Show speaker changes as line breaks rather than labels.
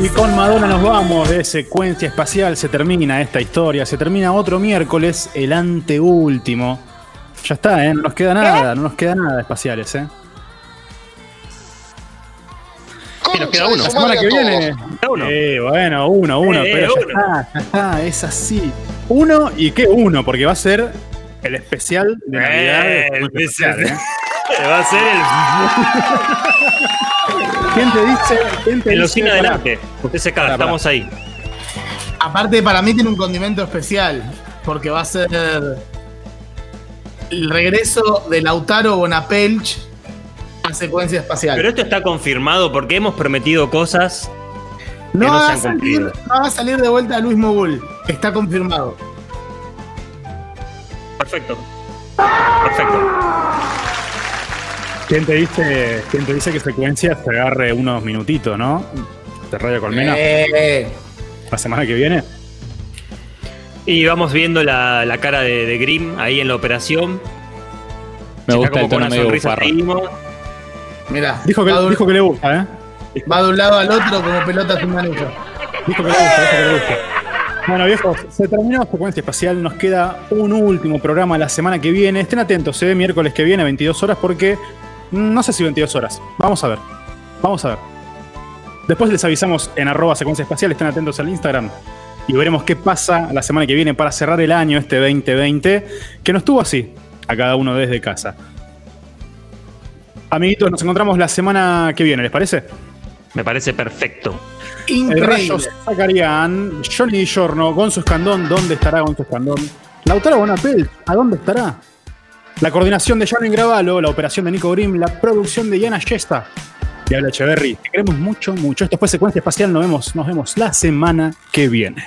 Y con Madonna nos vamos de secuencia espacial. Se termina esta historia. Se termina otro miércoles, el anteúltimo. Ya está, ¿eh? No nos queda nada, no nos queda nada de espaciales, ¿eh?
Concha
nos queda
de
uno.
su
La semana
madre
que
a todos.
viene.
Uno.
Eh, bueno, uno, uno,
Eh,
pero ya
uno.
está, ya está, es así. Uno y qué uno, porque va a ser el especial de Navidad.
Eh,
es muy
el
especial,
especial.
¿eh?
Se va a hacer
¿Quién te dice? ¿Quién te
el,
dice?
el Lucina
Pará,
adelante. Usted acá,
Pará, pará.
estamos ahí.
Aparte, para mí tiene un condimento especial, porque va a ser el regreso de Lautaro Bonapelch a secuencia espacial.
Pero esto está confirmado porque hemos prometido cosas.
no,
no se
va a
han
salir,
cumplido.
no va a salir de vuelta Luis Mogul, está confirmado.
Perfecto. Perfecto.
¿Quién te dice, quién te dice que secuencia se agarre unos minutitos, no? De Radio Colmena,
Eh,
la semana que viene.
Y vamos viendo la, la cara de, de Grimm ahí en la operación.
Me
Está
gusta
como
el
con
tono
una
medio
sonrisa
bufarro.
de Imo.
mirá,
Dijo que,
va, de,
dijo que le gusta, ¿eh?
va de un lado al otro como pelota sin manija.
Dijo que le gusta, dijo que le gusta. Bueno, viejos, se terminó Frecuencia Espacial. Nos queda un último programa la semana que viene. Estén atentos, se ve miércoles que viene, 22 horas, porque mm, no sé si 22 horas. Vamos a ver. Vamos a ver. Después les avisamos en arroba secuencia espacial. Estén atentos al Instagram y veremos qué pasa la semana que viene para cerrar el año, este 2020, que nos estuvo así, a cada uno desde casa. Amiguitos, nos encontramos la semana que viene, ¿les parece?
Me parece perfecto.
El Rayo
Increíble.
Zacarián, Johnny Giorno, Gonzo Escandón, ¿dónde estará Gonzo Escandón? Lautaro Bonapel, ¿a dónde estará? La coordinación de Jaren Gravalo, la operación de Nico Grimm, la producción de Yana Yesta y habla Echeverry. Te queremos mucho, mucho. Esto fue Secuencia Espacial, nos vemos, nos vemos la semana que viene.